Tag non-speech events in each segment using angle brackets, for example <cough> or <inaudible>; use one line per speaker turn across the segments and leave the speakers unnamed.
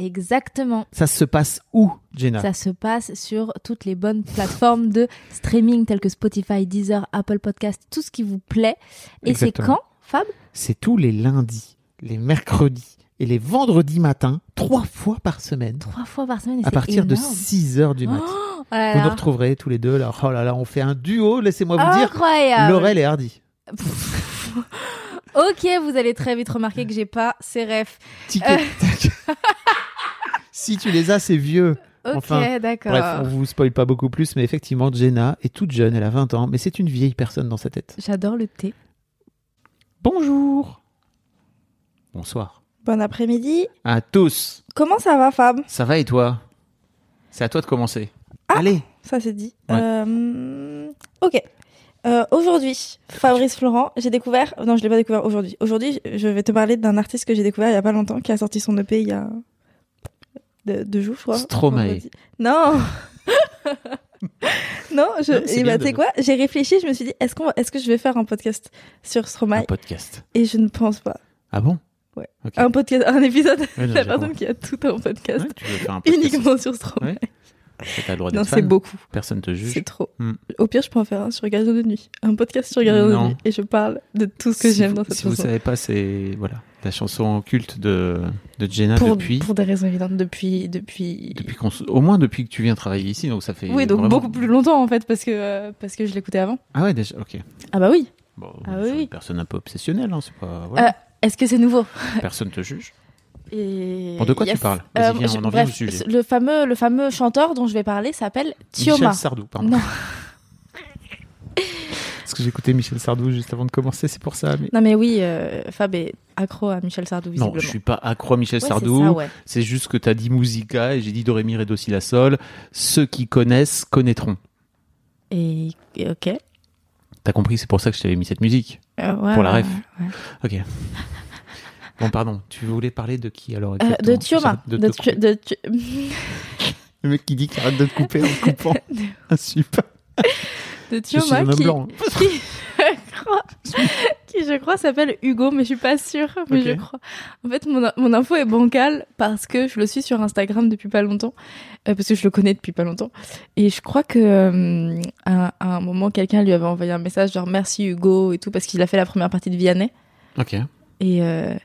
Exactement.
Ça se passe où, Jenna
Ça se passe sur toutes les bonnes plateformes de streaming telles que Spotify, Deezer, Apple Podcast, tout ce qui vous plaît. Et c'est
Exactement.
quand, Fab
C'est tous les lundis, les mercredis et les vendredis matins, trois fois par semaine.
Trois fois par semaine. et
À
c'est
partir de
énorme.
6 heures du matin.
Oh là
vous nous
là.
retrouverez tous les deux. Là. Oh là là, on fait un duo, laissez-moi vous dire.
Oh, Incroyable.
Laurel et Hardy.
Pff. ok, vous allez très vite remarquer que j'ai pas ces refs.
Ticket.
Euh.
<laughs> si tu les as, c'est vieux.
Ok,
Enfin,
d'accord.
Bref, on vous spoil pas beaucoup plus, mais effectivement, Jenna est toute jeune, elle a 20 ans, mais c'est une vieille personne dans sa tête.
J'adore le thé.
Bonjour Bonsoir
Bon après-midi.
à tous
Comment ça va, Fab
Ça va et toi
C'est à toi de commencer.
Ah,
Allez
Ça c'est dit.
Ouais.
Euh, ok. Euh, aujourd'hui, Fabrice Florent, j'ai découvert. Non, je l'ai pas découvert aujourd'hui. Aujourd'hui, je vais te parler d'un artiste que j'ai découvert il y a pas longtemps, qui a sorti son EP il y a deux, deux jours, je crois.
Stromae.
Vendredi. Non. <laughs> non. Je...
Non, c'est
eh
bien
ben,
de-
tu sais quoi J'ai réfléchi. Je me suis dit, est-ce qu'on, est-ce que je vais faire un podcast sur
Un
Stromae
podcast.
Et je ne pense pas.
Ah bon
Ouais.
Ok.
Un podcast, un épisode.
Ouais, non,
<laughs> la
j'ai
personne
compris.
qui a tout un podcast
Ouais, tu veux faire un podcast
uniquement sur Stromae.
Ouais. T'as le droit
non,
d'être
c'est
fan.
beaucoup.
Personne te juge.
C'est trop.
Hmm.
Au pire, je peux en faire un sur Gardien de Nuit. Un podcast sur Gardien de
Non.
Nuit. Et je parle de tout ce que
si
j'aime
vous,
dans cette
si vous
chanson.
savez pas, c'est voilà la chanson culte de, de Jenna
Pour,
depuis,
pour des raisons évidentes, depuis. depuis...
depuis qu'on se- au moins depuis que tu viens travailler ici, donc ça fait
Oui, donc
vraiment-
beaucoup plus longtemps en fait, parce que, euh, parce que je l'écoutais avant.
Ah ouais, déjà, ok.
Ah bah oui.
Bon,
Ah
je suis
oui.
une personne un peu obsessionnelle, hein, c'est pas voilà.
Est-ce que c'est nouveau
personne te juge.
Et...
Bon, de quoi
Yes.
tu parles Vas-y,
Euh,
viens,
je-
on en vient
bref,
au sujet.
Le fameux, le fameux chanteur dont je vais parler s'appelle Tioma.
Michel Sardou, pardon. <laughs>
Non.
Parce que j'écoutais Michel Sardou juste avant de commencer, c'est pour ça. Mais...
non mais oui, euh, Fab est accro à Michel Sardou
Non,
visiblement.
je suis pas accro à Michel
Ouais, c'est
Sardou.
ça, ouais.
C'est juste que t'as dit Musica et j'ai dit Doré Ré Do Si La Sol. Ceux qui connaissent connaîtront.
Et, et ok.
T'as compris, c'est pour ça que je t'avais mis cette musique.
Euh, ouais,
Pour la ref.
ouais.
Ok.
<laughs>
Bon, pardon, tu voulais parler de qui alors
Euh, de
exactement
Tioma.
De,
De
te couper.
Ti- de Ti-
Le mec qui dit qu'il arrête de te couper en te
<laughs>
coupant. Ah, super.
de
Je suis
Tioma
un homme
qui,
blanc.
qui, je crois- qui, je crois s'appelle Hugo, mais je suis pas sûre, mais
Ok.
je crois. En fait, mon, mon info est bancale parce que je le suis sur Instagram depuis pas longtemps, euh, parce que je le connais depuis pas longtemps. Et je crois que euh, à, à un moment, quelqu'un lui avait envoyé un message genre merci Hugo et tout parce qu'il a fait la première partie de Vianney.
Ok.
Et euh,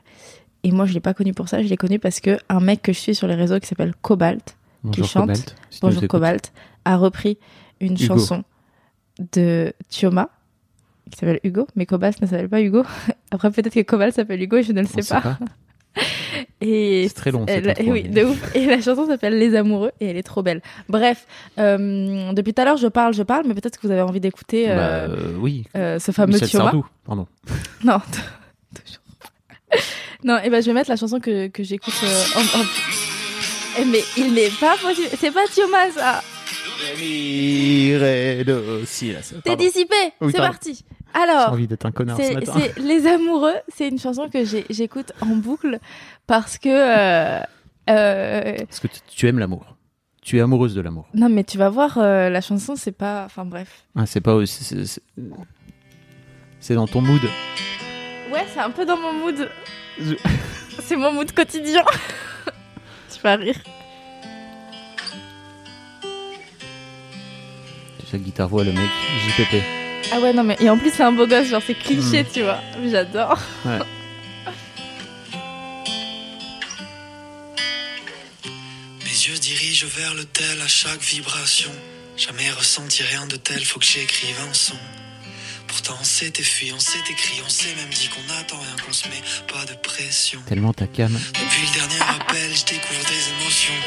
et moi, je l'ai pas connu pour ça. Je l'ai connu parce que un mec que je suis sur les réseaux qui s'appelle Cobalt.
Bonjour
chante.
Cobalt. si tu nous
Bonjour
écoutes.
Cobalt, a repris une
Hugo.
chanson de Tioma qui s'appelle Hugo, mais Cobalt ne s'appelle pas Hugo. <laughs> Après, peut-être que Cobalt s'appelle Hugo et je ne le
On
sais
sait
pas.
pas.
Et
C'est très long. cette
elle-
intro, hein.
oui,
mais-
de ouf. Et la chanson s'appelle Les Amoureux et elle est trop belle. Bref, euh, depuis tout à l'heure, je parle, je parle, mais peut-être que vous avez envie d'écouter euh,
Bah, euh, oui.
euh, ce fameux
Michel
Tioma.
Sardou, pardon.
<laughs> Non, t- toujours. Non, et ben je vais mettre la chanson que, que j'écoute. euh, en- en- Eh, Mais il n'est pas possible. C'est pas ah. Tioma ça. T'es dissipé,
Oui,
c'est
pardon.
parti.
J'ai
Alors,
envie d'être un connard ce
c'est
matin.
c'est Les Amoureux, c'est une chanson que j'ai- j'écoute en boucle parce que... euh, euh,
Parce que tu- tu aimes l'amour. Tu es amoureuse de l'amour.
non mais tu vas voir, euh, la chanson c'est pas... Enfin bref.
Ah, c'est pas aussi. c'est- c'est- C'est dans ton mood.
Ouais, c'est un peu dans mon mood.
Je-
C'est mon mood
<laughs>
quotidien. tu vas rire.
Sa guitare voix, le mec. JPP.
Ah ouais, non mais... Et en plus c'est un beau gosse, genre c'est
Mm.
cliché, tu vois. J'adore.
Ouais.
yeux dirigent vers le tel à chaque vibration. Jamais ressenti rien de tel, faut que j'écrive un son. Pourtant on s'était fui, on s'est écrit, on s'est même dit qu'on attend rien, qu'on se met pas de pression.
Tellement ta cam.
Depuis le dernier appel, je découvre des émotions.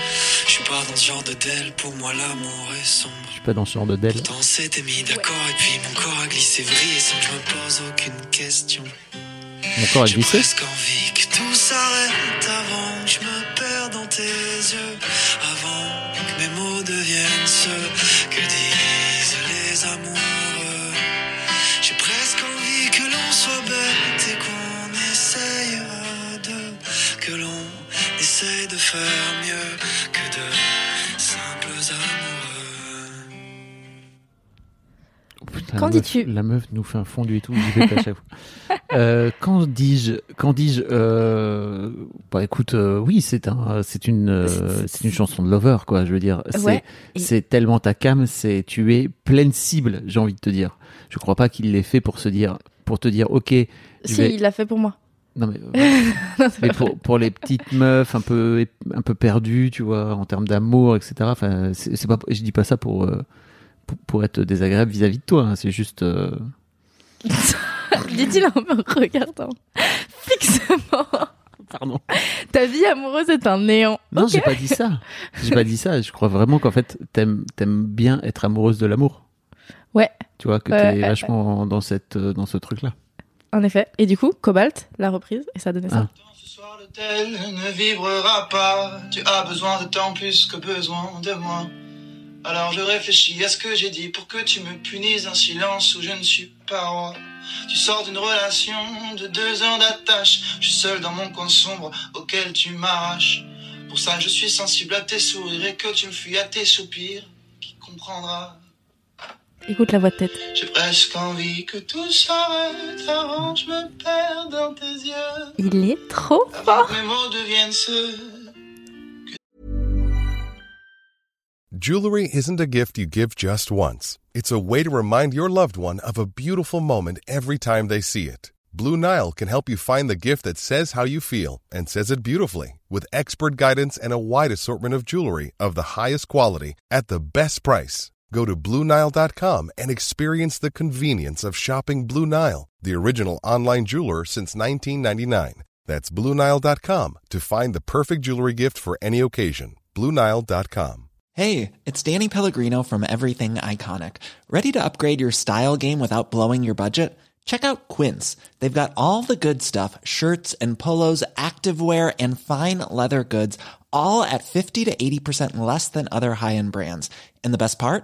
Je suis pas dans ce genre de tel, pour moi l'amour est sombre.
Je suis pas dans ce genre de DEL.
Pourtant on s'était mis d'accord et puis mon corps a glissé vrillé sans que je me pose aucune question.
Mon corps a
J'ai
glissé.
presque envie que tout s'arrête avant que je me perde dans tes yeux, avant que mes mots deviennent ceux que disent les amoureux. J'ai presque envie que l'on soit bête et qu'on essaye de, que l'on essaye de faire mieux que de simples amoureux.
Oh, putain,
Quand
la meuf-
dis-tu
La meuf nous fait un fondu et tout, j'y vais pas à
<laughs>
chaque fois. Euh, quand dis-je Quand dis-je euh, Bah écoute, euh, oui, c'est un, c'est une, euh,
C'est-
c'est une chanson de lover, quoi. Je veux dire, c'est,
Ouais, et-
c'est tellement ta cam, c'est tu es pleine cible, j'ai envie de te dire. Je crois pas qu'il l'ait fait pour se dire, pour te dire, ok, je
Si,
vais-
il l'a fait pour moi.
non
<laughs>
mais, euh, mais pour, pour les petites meufs un peu un peu perdues, tu vois, en termes d'amour, etc. Enfin, c'est c'est pas, je dis pas ça pour euh, pour, pour être désagréable vis-à-vis de toi. hein. c'est juste. euh,
<laughs> Dit-il en me regardant fixement.
Pardon.
Ta vie amoureuse est un néant.
Non,
Ok.
j'ai pas dit ça. J'ai pas dit ça. Je crois vraiment qu'en fait, t'aimes t'aimes bien être amoureuse de l'amour.
Ouais.
Tu vois que
Ouais,
t'es
ouais,
vachement dans cette euh, dans ce truc là.
En effet. Et du coup, Cobalt, la reprise, et ça donnait ça.
Ce soir l'hôtel ne vibrera pas, tu as besoin de temps plus que besoin de moi. Alors je réfléchis à ce que j'ai dit pour que tu me punisses un silence où je ne suis pas roi. Tu sors d'une relation de deux ans d'attache, je suis seul dans mon coin sombre auquel tu m'arraches. Pour ça je suis sensible à tes sourires et que tu me fuis à tes soupirs, qui comprendra
Ah.
Écoute la voix de tête.
J'ai presque envie que tout s'arrête avant que je me perde dans tes yeux.
Il est trop
Avant que mes mots deviennent ceux
Jewelry isn't a gift you give just once. It's a way to remind your loved one of a beautiful moment every time they see it. Blue Nile can help you find the gift that says how you feel and says it beautifully with expert guidance and a wide assortment of jewelry of the highest quality at the best price. Go to BlueNile.com and experience the convenience of shopping Blue Nile, the original online jeweler since 1999. That's BlueNile.com to find the perfect jewelry gift for any occasion. BlueNile.com.
Hey, it's Danny Pellegrino from Everything Iconic. Ready to upgrade your style game without blowing your budget? Check out Quince. They've got all the good stuff shirts and polos, activewear, and fine leather goods, all at 50 to 80% less than other high end brands. And the best part?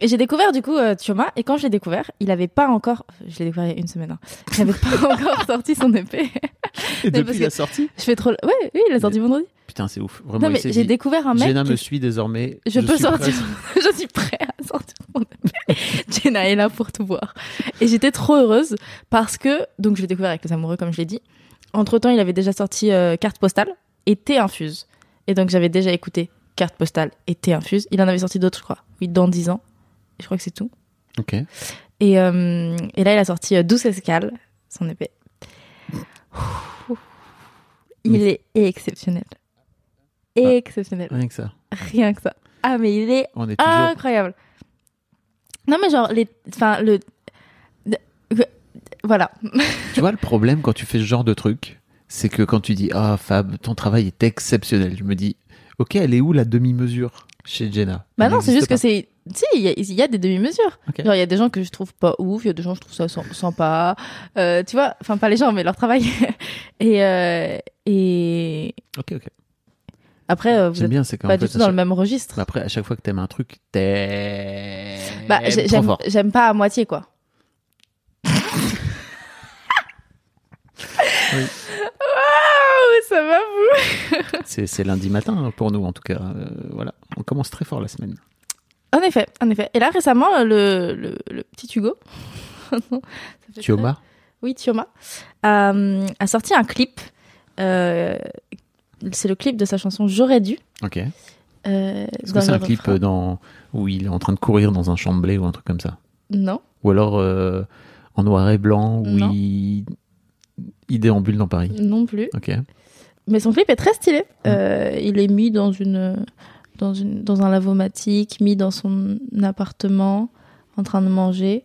Et j'ai découvert du coup euh, Thioma, et quand je l'ai découvert, il avait pas encore. Je l'ai découvert il y a une semaine. hein. Il avait pas <laughs> encore sorti son E épée.
Et
depuis parce
depuis
la
la
que-
sortie.
je fais trop. Ouais, oui, il a sorti vendredi.
Putain, c'est ouf. Vraiment.
Non mais
il s'est
j'ai
dit,
découvert un mec.
Jenna
qui-
me suit désormais.
Je, peux
suis
sortir.
presque-
je suis prêt à sortir mon épée. <laughs> Jenna est là pour tout voir. Et j'étais trop heureuse parce que, donc je l'ai découvert avec les amoureux, comme je l'ai dit. Entre temps, il avait déjà sorti euh, Carte Postale et Thé Infuse. Et donc j'avais déjà écouté Carte Postale et Thé Infuse. Il en avait sorti d'autres, je crois. Oui, dans 10 ans. Je crois que c'est tout.
Ok.
Et, euh, et là, il a sorti euh, Douce Escale, son épée. Il est exceptionnel. Exceptionnel.
Rien que ça.
Rien que ça. Ah, mais il est
On est toujours.
incroyable. Non, mais genre, les. Enfin, le. de- Voilà.
Tu vois, le problème quand tu fais ce genre de truc, c'est que quand tu dis Ah, Fab, ton travail est exceptionnel, je me dis Ok, elle est où la demi-mesure chez Jenna
Bah
Elle
non, c'est
n'existe
juste que
pas.
c'est. Si, il y, a- il y a des demi-mesures.
Ok.
Genre, il y a des gens que je trouve pas ouf, il y a des gens que je trouve ça sym- sympa. Euh, tu vois, enfin, pas les gens, mais leur travail. <laughs> et, euh, et
Ok, ok.
après, euh, vous
J'aime
êtes
bien, c'est quand
pas du tout dans le même registre.
Après, à chaque fois que t'aimes un truc, t'es.
Bah, j'ai-
Eh, trop
j'aime <laughs>
fort.
j'aime pas à moitié, quoi.
<laughs>
Waouh, ça va vous
C'est c'est lundi matin hein, pour nous, en tout cas. Euh, voilà. On commence très fort la semaine.
En <laughs> effet, en effet. Et là, récemment, le, le, le petit Hugo. Ça fait
Thioma
oui, Thioma, euh, a sorti un clip. euh, c'est le clip de sa chanson J'aurais dû.
Ok. Est-ce
euh,
que
dans
c'est
le
un clip
refrain.
euh, dans... où il est en train de courir dans un champ de blé ou un truc comme ça
Non.
Ou alors euh, en noir et blanc où
Non.
il... il déambule dans Paris
Non plus.
Ok.
Mais son clip est très stylé. Euh, il est mis dans une dans une dans un lavomatique, mis dans son appartement, en train de manger.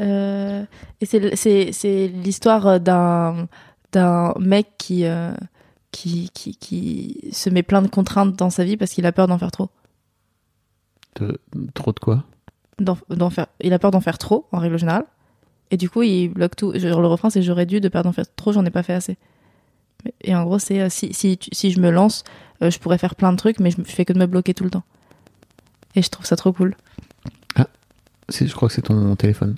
Euh, et c'est c'est c'est l'histoire d'un d'un mec qui euh, qui, qui qui se met plein de contraintes dans sa vie parce qu'il a peur d'en faire trop.
De- Trop de quoi
D'en- d'en faire, il a peur d'en faire trop en règle générale. Et du coup, il bloque tout. Genre, le refrain, c'est j'aurais dû de peur d'en faire trop, j'en ai pas fait assez. Mais- Et en gros, c'est euh, si, si, tu- si je me lance, euh, je pourrais faire plein de trucs, mais je, me- je fais que de me bloquer tout le temps. Et je trouve ça trop cool.
C'est- Je crois que c'est
<laughs>
ton téléphone.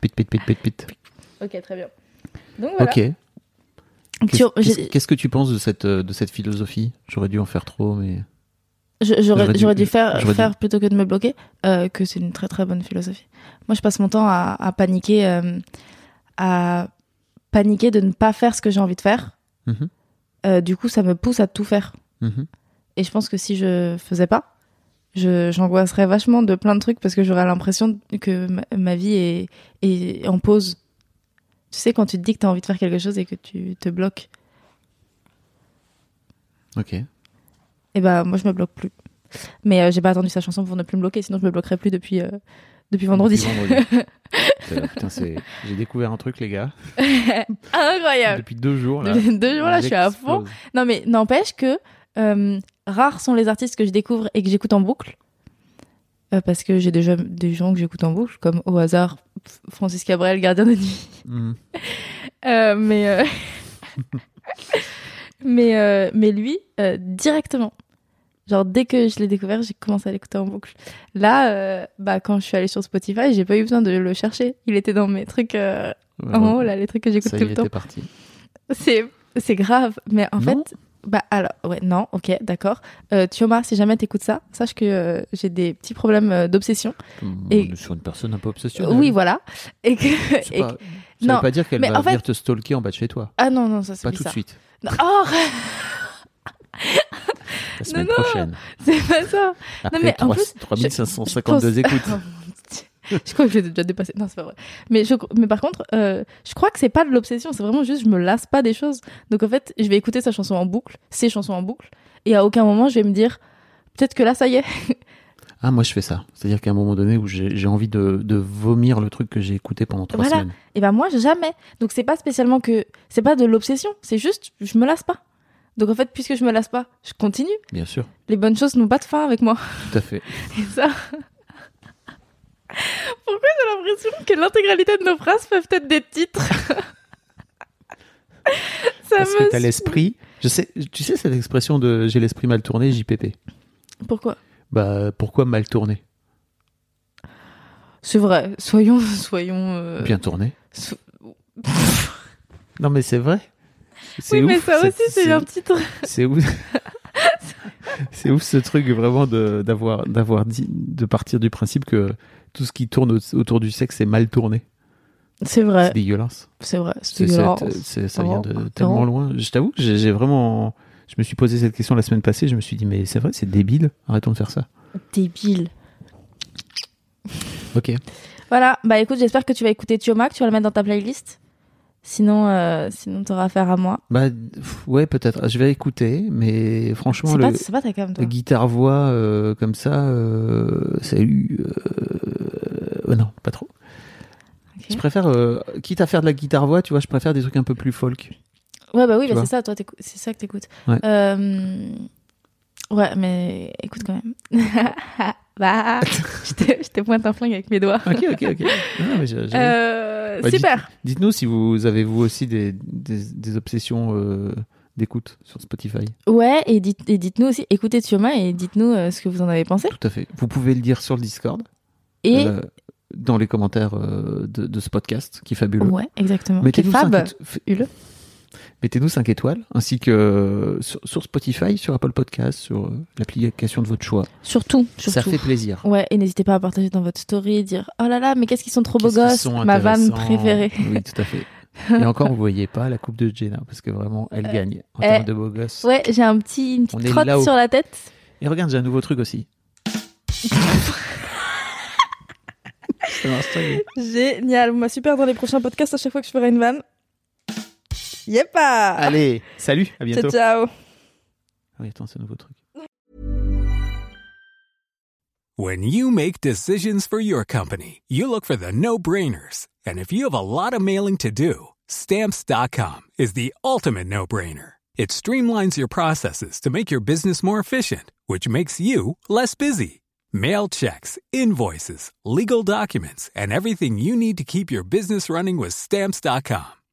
Pit, pit, pit, pit, pit.
ok, très bien. Donc
Ok. Qu'est-ce- Qu'est-ce qu'est-ce que tu penses de cette, euh, de cette philosophie J'aurais dû en faire trop, mais. j'aurais
J'aurais
dû-
j'aurais dû faire,
j'aurais dû-
faire plutôt que de me bloquer, euh, que c'est une très très bonne philosophie. Moi, je passe mon temps à, à paniquer, euh, à paniquer de ne pas faire ce que j'ai envie de faire.
Mhm,
Euh, du coup, ça me pousse à tout faire.
mhm.
Et je pense que si je faisais pas, je, j'angoisserais vachement de plein de trucs parce que j'aurais l'impression que ma, ma vie est, est en pause. Tu sais, quand tu te dis que tu as envie de faire quelque chose et que tu te bloques,
Ok.
et ben moi je me bloque plus. Mais euh, j'ai pas attendu sa chanson pour ne plus me bloquer, sinon je me bloquerais plus depuis, euh, depuis vendredi. <laughs>
Depuis vendredi. Euh, putain, c'est- J'ai découvert un truc, les gars.
Ah, Incroyable!
Depuis deux jours, là.
Euh, Depuis deux jours là, je suis à fond.
j'explose.
Non, mais n'empêche que euh, rares sont les artistes que je découvre et que j'écoute en boucle. Euh, parce que j'ai déjà des gens que j'écoute en boucle, comme au hasard F- Francis Cabrel, gardien de nuit.
Mhm.
Euh, mais euh, <laughs> mais, euh, mais lui, euh, directement. Genre, dès que je l'ai découvert, j'ai commencé à l'écouter en boucle. Là, euh, bah, quand je suis allée sur Spotify, j'ai pas eu besoin de le chercher. Il était dans mes trucs euh, en haut, là, les trucs que j'écoute
Ah Ça
tout
y
le
est,
temps.
t'es parti.
C'est c'est grave, mais en
Non
fait, bah alors ouais non, ok, d'accord. Euh, Thioma, si jamais t'écoutes ça, sache que euh, j'ai des petits problèmes euh, d'obsession. Et-
Mmh, On est sur une personne un peu obsessionnelle.
Oui, voilà, et que,
C'est
et
pas-
que-
Ça
Non,
veut pas dire qu'elle
mais
va
en fait-
venir te stalker en bas de chez toi.
ah non non ça c'est
Pas tout de
bizarre.
suite.
Non, oh,
La semaine
non,
prochaine.
<laughs> c'est pas ça.
Après
mais en
3-
plus,
3552
je pense- <laughs>
écoutes.
je crois que je l'ai déjà dépassé. Non, c'est pas vrai. Mais, je, mais par contre, euh, je crois que c'est pas de l'obsession. C'est vraiment juste, je me lasse pas des choses. Donc en fait, je vais écouter sa chanson en boucle, ses chansons en boucle, et à aucun moment je vais me dire, peut-être que là, ça y est.
Ah, moi, je fais ça. C'est-à-dire qu'à un moment donné où j'ai j'ai envie de, de vomir le truc que j'ai écouté pendant trois
Voilà.
semaines.
Et ben moi jamais. Donc c'est pas spécialement que c'est pas de l'obsession, c'est juste je me lasse pas. Donc en fait puisque je me lasse pas, je continue.
Bien sûr,
Les bonnes choses n'ont pas de fin avec moi. <laughs>
tout à fait.
Et ça. Pourquoi j'ai l'impression que l'intégralité de nos phrases peuvent être des titres <laughs> Ça
Parce
me
que t'as l'esprit.
Je sais, tu sais cette expression de j'ai l'esprit mal tourné, JPP.
Pourquoi
Bah, pourquoi mal tourné
C'est vrai. Soyons soyons euh,
Bien tourné
so-
<laughs> Non, mais c'est vrai. C'est
Oui, mais
ouf,
ça
c'est-
aussi c'est un titre.
C'est ouf. <laughs> C'est ouf ce truc vraiment de d'avoir d'avoir dit de partir du principe que tout ce qui tourne au- autour du sexe est mal tourné.
C'est
C'est
vrai.
dégueulasse.
C'est vrai. C'est
C'est- euh,
violent.
c'est- c'est- ça vient
Vraiment,
de
vraiment.
tellement loin. Je t'avoue que j'ai j'ai vraiment je me suis posé cette question la semaine passée, je me suis dit mais c'est vrai, c'est débile, arrêtons de faire ça.
Débile.
OK.
Voilà, bah écoute, j'espère que tu vas écouter Tioma, que tu vas le mettre dans ta playlist. Sinon, euh, sinon t'auras affaire à moi.
Bah pff, ouais, peut-être je vais écouter mais franchement
C'est
le
pas, c'est pas ta cam, toi.
le guitare-voix euh, comme ça, euh, salut. euh, euh, non, pas trop.
Ok.
Je préfère, euh, quitte à faire de la guitare-voix, tu vois, je préfère des trucs un peu plus folk.
<laughs> Ouais, bah oui,
tu
bah
vois.
c'est ça, toi, t'écou- c'est ça que t'écoutes.
Ouais.
Euh, ouais, mais écoute quand même. <laughs> bah, je te, je te pointe un flingue avec mes doigts.
Ok, ok, ok. Non, mais j'ai- j'ai-
Euh,
Bah,
super.
Dites-nous si vous avez vous aussi des, des, des obsessions euh, d'écoute sur Spotify.
Ouais, et, dites, et dites-nous aussi, écoutez Tioma et dites-nous euh, ce que vous en avez pensé.
Tout à fait. Vous pouvez le dire sur le Discord,
Et
euh, dans les commentaires euh, de, de ce podcast, qui est fabuleux.
ouais, exactement.
Mettez-nous
Fab,
cinq étoiles.
Huleux.
Mettez-nous 5 étoiles, ainsi que euh, sur, sur Spotify, sur Apple Podcast, sur euh, l'application de votre choix.
Surtout,
Ça
surtout.
fait plaisir.
Ouais, et n'hésitez pas à partager dans votre story, dire oh là là, mais qu'est-ce qu'ils sont trop beaux
Qu'est-ce qu'ils
gosses,
sont
ma vanne
intéressants.
préférée.
Oui, tout à fait. Et encore, vous voyez pas la coupe de Jenna, parce que vraiment, elle gagne en
eh,
termes de beau gosse.
Ouais, j'ai un petit une
On
petite
est
trotte
là-haut.
sur la tête.
Et regarde, j'ai un nouveau
<laughs>
truc aussi. Ça m'a installé.
Génial, moi super dans les prochains podcasts à chaque fois que je ferai une vanne. Yepa.
Allez, salut, à bientôt.
Ciao ciao.
Ah oui, attends, c'est un nouveau truc.
When you make decisions for your company, you look for the no brainers. And if you have a lot of mailing to do, stamps.com is the ultimate no brainer. It streamlines your processes to make your business more efficient, which makes you less busy. Mail checks, invoices, legal documents, and everything you need to keep your business running with stamps.com.